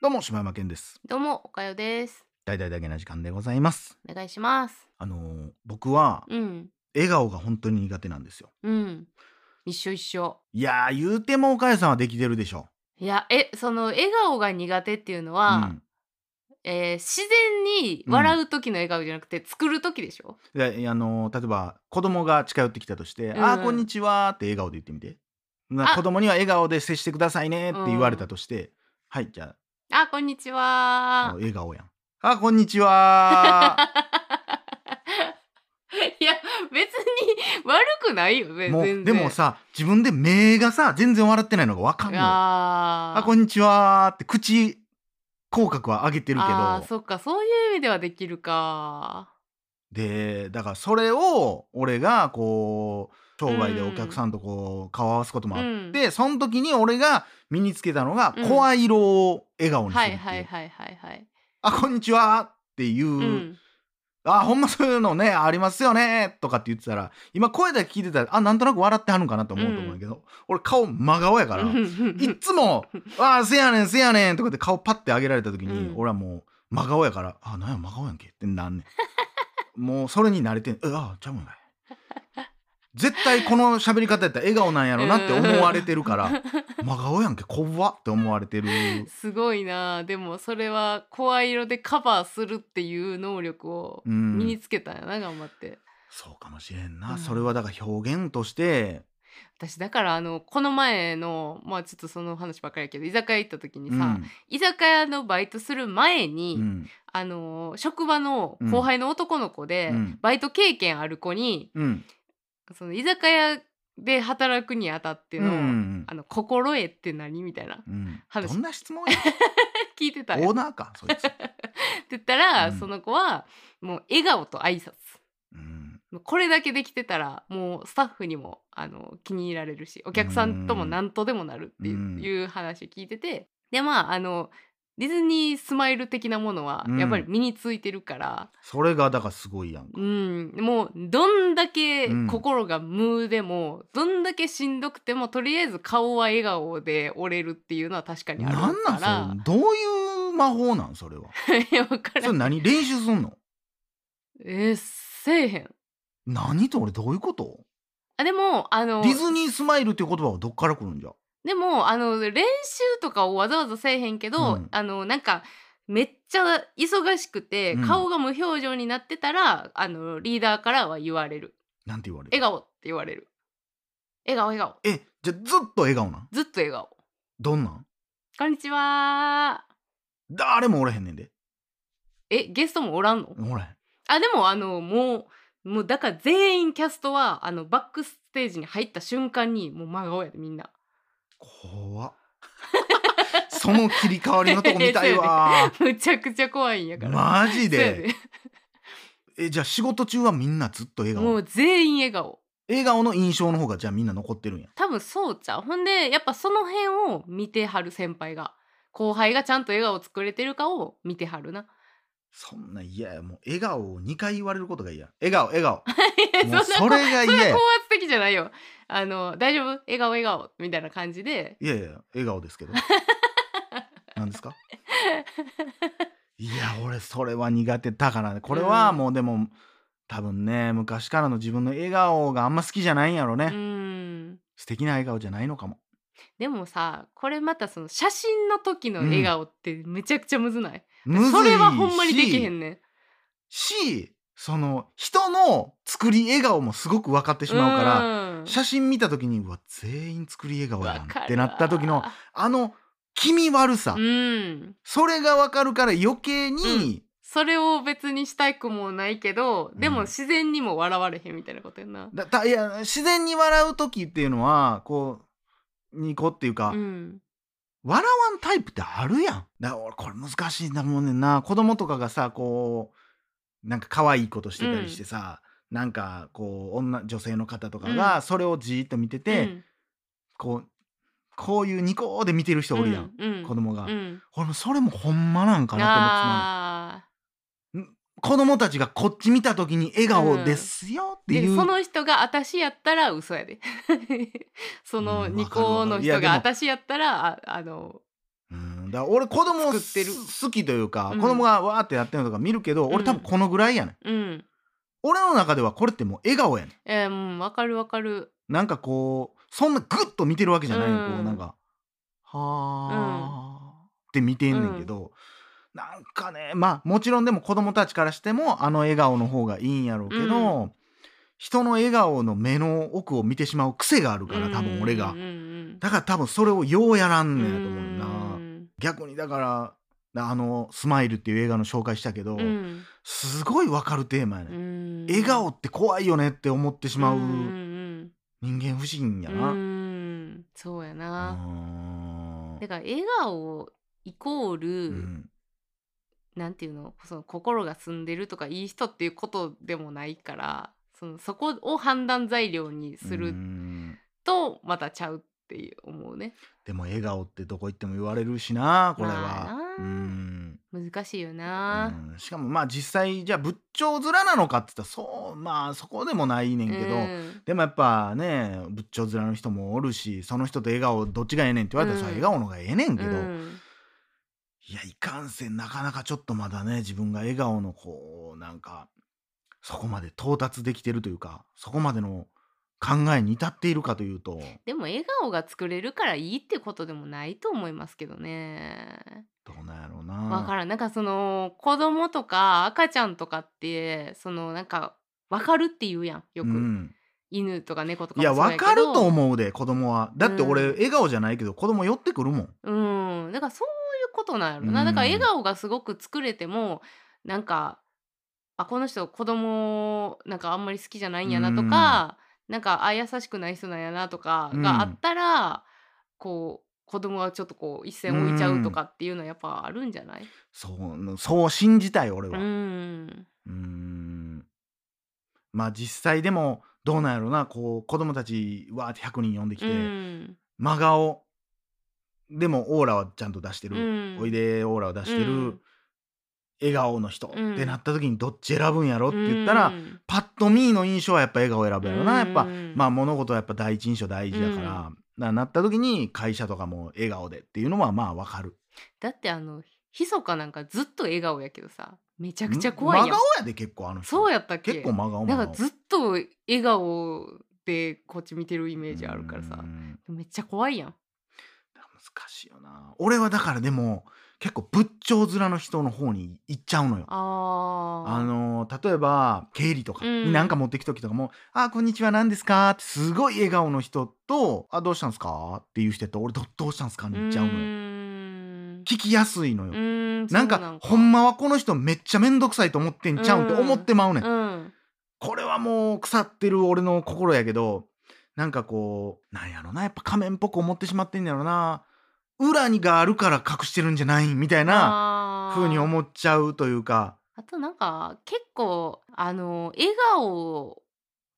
どうも柴山健ですどうも、おかよです。大々だけな時間でございますお願いします。あのー僕はうん、笑顔が本当に苦手なんですようん。一緒一緒。いやー言うてもおかえさんはできてるでしょいや、え、その笑顔が苦手っていうのうは、んえー自然に笑う時の笑顔じゃなくて、作る時でしょ。であのー例えば子供が近寄ってきたとして「うんああこんにちは」って笑顔で言ってみてなあ子供には笑顔で接してくださいねって言われたとして、はいじゃあ、こんにちああのは。笑顔やん「あーこんにちは」 いや、別に悪くないよ。別も 全然うでもさ自分で目がさ全然笑ってないのがわかんないあーあこんにちはーって口口角は上げてるけあーどそっか、そういう意味ではできるか。でだからそれを俺がこう商売でうんお客さんとこう顔合わすこともあって、その時に俺が身につけたのがうん声色を笑顔にするってはい、いうはいはいはいはい。あこんにちはっていう、うん。あほんまそういうのねありますよねとかって言ってたら今声だけ聞いてたらあなんとなく笑ってはるんかなと思うと思うんやけど、俺顔真顔やから。いっつも「ああせやねんせやねん」とかって顔パッて上げられた時に、うん俺はもう真顔やから「あなんや真顔やんけ」ってなんね んもうそれに慣れてん「えああちゃうんかい」 絶対この喋り方やったら笑顔なんやろなって思われてる から「真顔やんけ怖っ」って思われてるすごいなあでもそれは声色でカバーするっていう能力をう身んにつけたんやな、頑張ってそうかもしれんな、うんそれはだから表現として私だからあのこの前のまあちょっとその話ばっかりやけど居酒屋行った時にうさ、ん居酒屋のバイトする前に、うんあの職場の後輩の男の子で、うんバイト経験ある子にうんその居酒屋で働くにあたってうの「んあの心得って何?」みたいな うん話どんな質問や 聞いてたよオーナーかそいつ、って言ったら、うんその子はもう笑顔と挨拶うん、もうこれだけできてたらもうスタッフにもあの気に入られるしお客さんとも何とでもなるっていう,、うんいう話聞いててでまああのディズニースマイル的なものはうんやっぱり身についてるから、それがだからすごいやんかうんもうどんだけうん心が無でも、どんだけしんどくてもとりあえず顔は笑顔で折れるっていうのは確かにあるなんかならんそれどういう魔法なんそ れはいや分からそんれ何練習すんのえーせえへん何と俺どういうことあでもあのディズニースマイルっていう言葉はどっから来るんじゃでもあの練習とかをわざわざせえへんけど、うんあのなんかめっちゃ忙しくて、うん顔が無表情になってたらあのリーダーからは言われるなんて言われ笑る顔って言われる笑顔笑顔えじゃあずっと笑顔なんずっと笑顔どんなんこんにちは誰もおらへんねんでえゲストもおらんの、おらへんあでもあのもうもうだから全員キャストはあのバックステージに入った瞬間にもう真顔やでみんな 怖っその切り替わりのとこ見たいわむちゃくちゃ怖いんやから、マジそうやでえじゃあ仕事中はみんなずっと笑も顔う全員笑顔笑顔の印象の方がじゃあみんな残ってるんや多分そうちゃうほんでやっぱその辺を見てはる先輩が後輩がちゃんと笑顔作れてるかを見てはるなそんな嫌やもう笑顔を2回言われることが嫌笑顔笑顔 そんもなうそれが そ嫌んな高や圧的じゃないよあの大丈夫笑顔笑顔みたいな感じでいやいや笑顔 ですけど何ですか いや俺それは苦手だからねこれはもうでも、多分ね昔からの自分の笑顔があんま好きじゃないんやろね、うーん素敵な笑顔じゃないのかもでもさこれまたその写真の時の笑顔ってめちゃくちゃむずない、むずいしそれはほんまにできへんねんしその人の作り笑顔もすごく分かってしまうから、うーん写真見た時にうわ全員作り笑顔やわんかっるてなった時のわあの気味悪さ、うんそれが分かるから余計に、それを別にしたくもないけどでうんも自然にも笑われへんみたいなことやな、だたいや自然に笑う時っていうのはこうニコっていうか、うん笑わんタイプってあるやんだから俺これ難しいんだもんねんな子供とかがさこうなんか可愛いことしてたりしてさ、なんかこう女女性の方とかがそれをじーっと見てて、うんこうこういうニコーで見てる人おるやん、うんうん、子供が、うん、俺もそれもほんまなんかなって思ってしまうあ子供たちがこっち見た時に笑顔ですよってーいう、でその人が私やったら嘘やで そのうん二個の人わかるわがかる私やったらああのうんだから俺子供作ってるす好きというか、うん子供がわーってやってるのとか見るけどうん俺多分このぐらいやねん、うん俺の中ではこれってもう笑顔やねえー、うんわかるわかるんなんかこうそんなグッと見てるわけじゃないねん、こううんなんかはーって見てんねんけど、なんかねまあもちろんでも子供たちからしてもあの笑顔の方がいいんやろうけど、人の笑顔の目の奥を見てしまう癖があるから多分俺が、うんうんだから多分それをようやらうんんねんやと思うな、うん逆にだからあの「スマイルっていう映画の紹介したけど、うんすごいわかるテーマやね、、うんん笑顔って怖いよねって思ってしまうん人間不信やうんうんな、うんそうやな、うーんだから笑顔イコール、うんなんていうのその心が澄んでるとかいい人っていうことでもないからそのそこを判断材料にうすーるんとまたちゃうっていう思うねでも笑顔ってどこ行っても言われるしなこれは、まあなうーん難しいよな、うんしかもまあ実際じゃあ仏頂面なのかって言ったらそうまあそこでもないねうんん、けど、でもやっぱね仏頂面の人もおるしその人と笑顔どっちがええねんって言われたら、うんそれは笑顔のがええねんけど、うんいやいかんせんなかなかちょっとまだね自分が笑顔のこうなんかそこまで到達できてるというかそこまでの考えに至っているかというとでも笑顔が作れるからいいってことでもないと思いますけどねどうなんやろうな。わからんなんかその子供とか赤ちゃんとかってそのなんかわかるって言うやんよく、うん、犬とか猫とかいやもそうやわけどかると思うで子供はだって俺、うん笑顔じゃないけど子供寄ってくるもんうん、だからそういうことなんやろな、だからうん笑顔がすごく作れてもなんかあこの人子供なんかあんまり好きじゃないんやなとか、なんかあ優しくない人なんやなとかうんがあったら、こう子供がちょっとこう一線置いちゃうとかっていうのはやっぱあるんじゃない、そうそう信じたい俺うはうんんーんまあ実際でもどうなんやろうなこう子供たちわーって100人呼んできうて、ん真顔でもオーラはちゃんと出してる、うんおいでオーラを出してる、うん笑顔の人、うんってなった時にどっち選ぶんやろって言ったら、うんパッと見の印象はやっぱ笑顔を選ぶやろな、やっぱうんまあ物事はやっぱ第一印象大事だから、うななった時に会社とかも笑顔でっていうのはまあわかるだってあのひそかなんかずっと笑顔やけどさめちゃくちゃん怖い真やん顔やで結構あの人そうやったっけ結構真顔な真顔んかずっと笑顔でこっち見てるイメージあるからうさんめっちゃ怖いやん難しいよな俺はだからでも結構仏頂面の人の方に行っちゃうのよあーあのー例えば経理とかうんに何か持ってきた時とかも「あーこんにちは何ですか?」ってすごい笑顔の人と「あどうしたんすか?」っていう人と俺どどうしたんすかに行っちゃうのうーよん聞きやすいのよ、うーんなんかそうほんまはこの人めっちゃ面倒くさいと思ってんちゃうんって思ってまうねん、うんこれはもう腐ってる俺の心やけどなんかこうなんやろなやっぱ仮面っぽく思ってしまってんやろな裏にがあるから隠してるんじゃないみたいなあー風に思っちゃうというか、あとなんか結構あの笑顔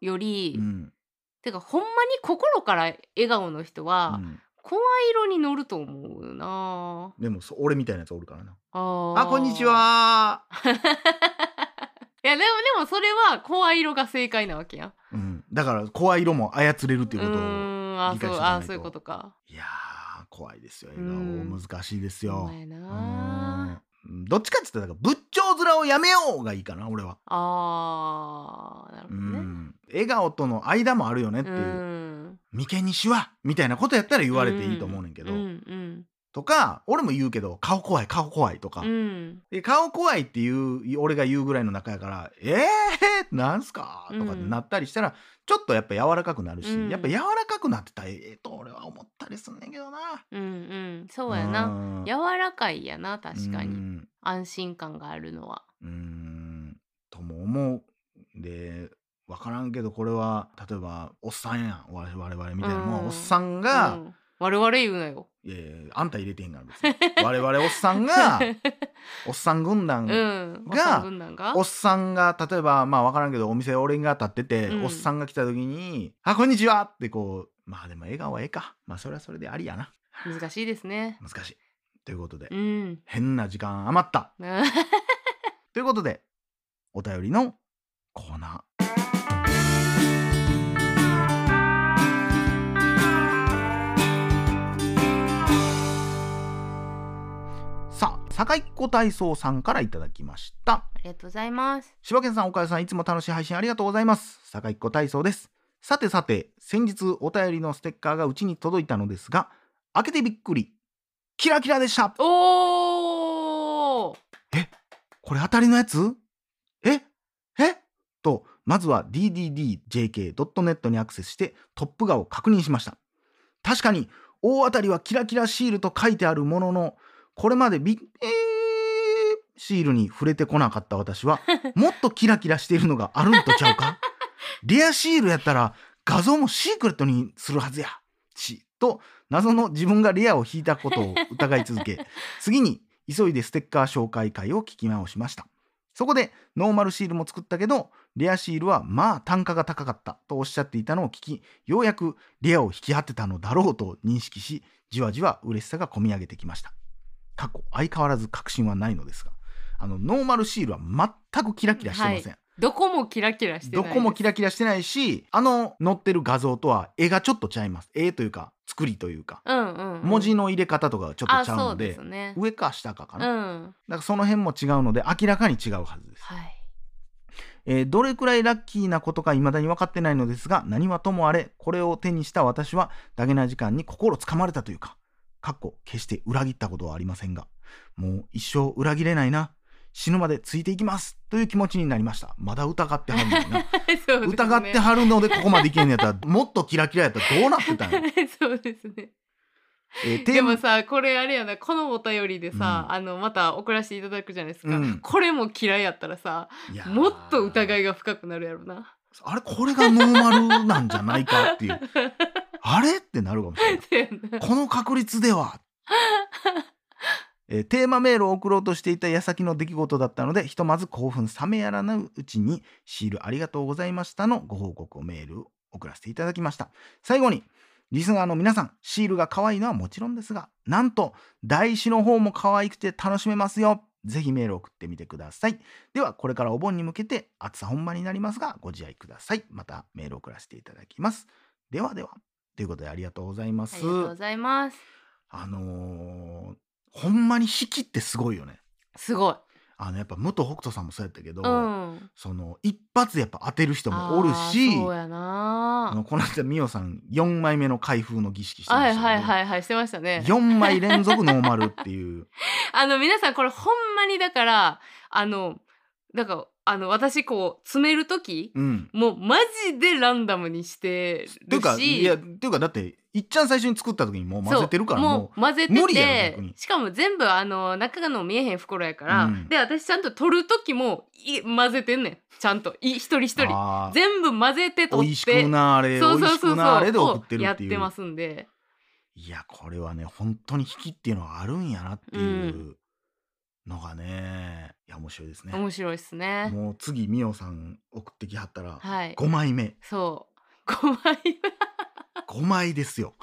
より、うんてかほんまに心から笑顔のう人はん声色に乗ると思うなでもそ俺みたいなやつおるからなあーあこんにちは、いやでもでもそれは声色が正解なわけやんうん、だから声色も操れるっていうことをうーんあ理解しそとかうないあとそういうことかいやー怖いですよ笑顔うん難しいですほんよまやうなんどっちかって言ったらだから仏頂面をやめようがいいかな俺は、あーなるうほどねん、笑顔との間もあるよねっていうう、ん眉間にしわみたいなことやったら言われていいと思うねんけど、うんうんとか俺も言うけど顔怖い顔怖いとか、うんで顔怖いっていう俺が言うぐらいの仲やから「えー、なんすか?」とかってなったりしたら、ちょっとやっぱ柔らかくなるし、うんやっぱ柔らかくなってたらええと俺は思ったりすんねんけどな。うんうんそうやなな柔らかいやな確かに安心感があるのはうーんとも思うで分からんけどこれは例えばおっさんやん我々みたいなもうんんおっさんが、うん我々言うなよいやいやあんた入れてへんから別に我々おっさん がおっさん軍団、うんがおっさん軍団がおっさんが例えばまあ分からんけどお店俺が立ってて、うんおっさんが来た時に「あこんにちは!」ってこうまあでも笑顔はええかまあそれはそれでありやな難しいですね難しいということで、うん 変な時間余ったということでお便りのコーナー酒井っ子体操さんからいただきましたありがとうございます柴犬さん岡谷さんいつも楽しい配信ありがとうございます坂井っ子体操ですさてさて先日お便りのステッカーがうちに届いたのですが開けてびっくりキラキラでしたおおこれ当たりのやつええとまずは DDDJK.net にアクセスしてトップ画を確認しました確かに大当たりはキラキラシールと書いてあるもののこれまでビッえーシールに触れてこなかった私はもっとキラキラしているのがあるんとちゃうかレアシールやったら画像もシークレットにするはずやしと謎の自分がレアを引いたことを疑い続け 次に急いでステッカー紹介会を聞き直しましたそこでノーマルシールも作ったけどレアシールはまあ単価が高かったとおっしゃっていたのを聞きようやくレアを引き当てたのだろうと認識しじわじわ嬉しさがこみ上げてきました過去相変わらず確信はないのですがあのノーマルシールは全くキラキラしてません、はどこもキラキラしてなどいですこもキラキラしてないしあの載ってる画像とは絵がちょっとちゃいます絵というか作りというかうんうんうん、文字の入れ方とかがちょっとあちゃうそのうでですね上か下かかうな、だんからその辺も違うので明らかに違うはずです、はいえーどれくらいラッキーなことか未だに分かってないのですが何はともあれこれを手にした私はダゲな時間に心つかまれたというかかっこ決して裏切ったことはありませんがもう一生裏切れないな死ぬまでついていきますという気持ちになりましたまだ疑ってはるのになそうですね疑ってはるのでここまでいけんのやったら もっとキラキラやったらどうなってたんや、そうですねえーテー でマもさこれあれやなこのお便りでさ、あのまた送らせていただくじゃないですか、うんこれも嫌いやったらさいやーもっと疑いが深くなる やろなあれこれがノーマルなんじゃないかっていう あれってなるかもしれないだよ なこの確率ではえーテーマメールを送ろうとしていた矢先の出来事だったのでひとまず興奮冷めやらないうちに「シールありがとうございました」のご報告をメールを送らせていただきました最後にリスナーの皆さんシールが可愛いのはもちろんですがなんと台紙の方も可愛くて楽しめますよぜひメールを送ってみてくださいではこれからお盆に向けて暑さ本番になりますがご自愛くださいまたメールを送らせていただきますではではということでありがとうございまあすりがとうございますあのーほんまに引きってすごいよね。すごいあのやっぱ武藤北斗さんもそうやったけど、うんその一発でやっぱ当てる人もおるしあーそうやあのなこの間美桜さん4枚目の開封の儀式してまはしたいけど、はいはいはいしてましたね4枚連続ノーマルって いうあの皆さんこれほんまにだからあのだからあの私こう詰める時うん。もうマジでランダムにしてといるうかしいやというかだっていっちゃん最初に作った時にもう混ぜてるからそうもうもう混ぜて無理やろて逆にしかも全部あの中の見えへん袋やから、うんで私ちゃんと取る時もい混ぜてんねんちゃんとい一人一人あー全部混ぜて取って美味しくなあれ美味しくなあれで送ってるやっっていうてますんでいやこれはね本当に引きっていうのはあるんやなっていううのがね、いや面白いですね。面白いっすねもう次ミオさん送ってきはったらはい5枚目そう5枚5枚です よ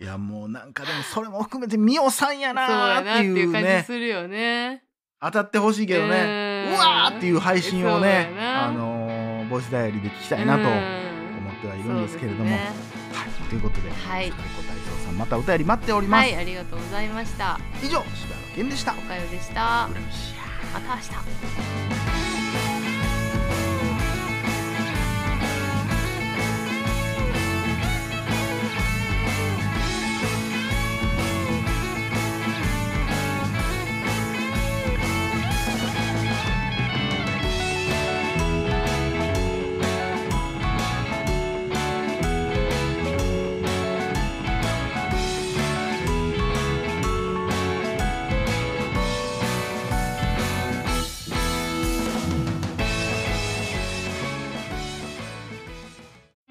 いやもうなんかでもそれも含めてミオさんや目そうなやーなっってていいうう感じねするよね当たってほしいけどねうねわーっていう配信をねそうやなあのーボイスダイアリーで聞きたいなとうん思ってはいるんですけれども、そうはですねい、ということで、はい坂井小太郎さんまたお便り待っております、はいありがとうございました以上柴田健でしたおかよでした浦西やまた明日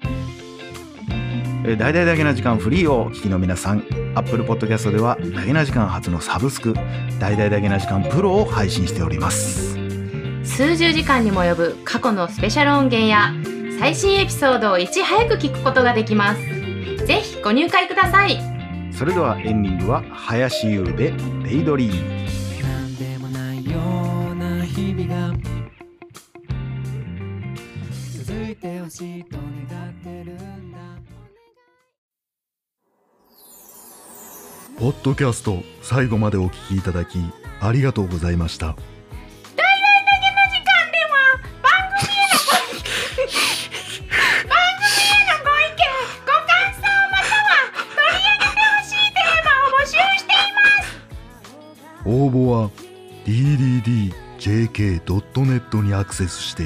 えー大々だけな時間フリーをお聞きの皆さん Apple Podcast ではだけな時間初のサブスク大々だけな時間プロを配信しております数十時間にも及ぶ過去のスペシャル音源や最新エピソードをいち早く聞くことができますぜひご入会くださいそれではエンディングは林優でデイドリームなんでもないような日々が続いてほしいと願ってるんだポッドキャスト最後までお聞きいただきありがとうございました時間では番組へのご番組へのご意見ご感想または取り上げてほしいテーマを募集しています応募は ddjk.net にアクセスして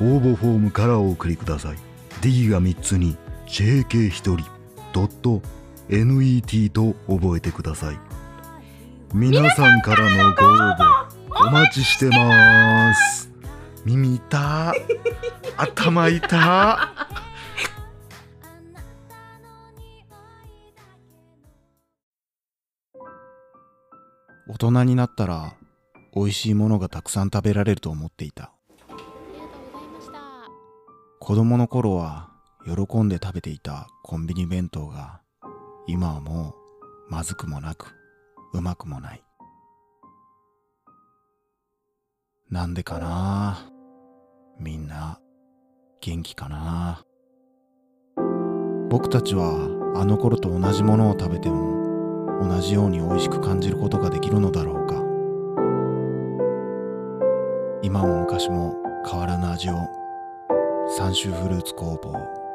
応募フォームからお送りください D が3つに JK1 人 .net と覚えてください皆さんからのご応募お待ちしてます 耳痛頭痛大人になったら美味しいものがたくさん食べられると思っていたありがとうございました。子供の頃は喜んで食べていたコンビニ弁当が今はもうまずくもなくうまくもないなんでかなみんな元気かな僕たちはあの頃と同じものを食べても同じように美味しく感じることができるのだろうか今も昔も変わらぬ味を三州フルーツ工房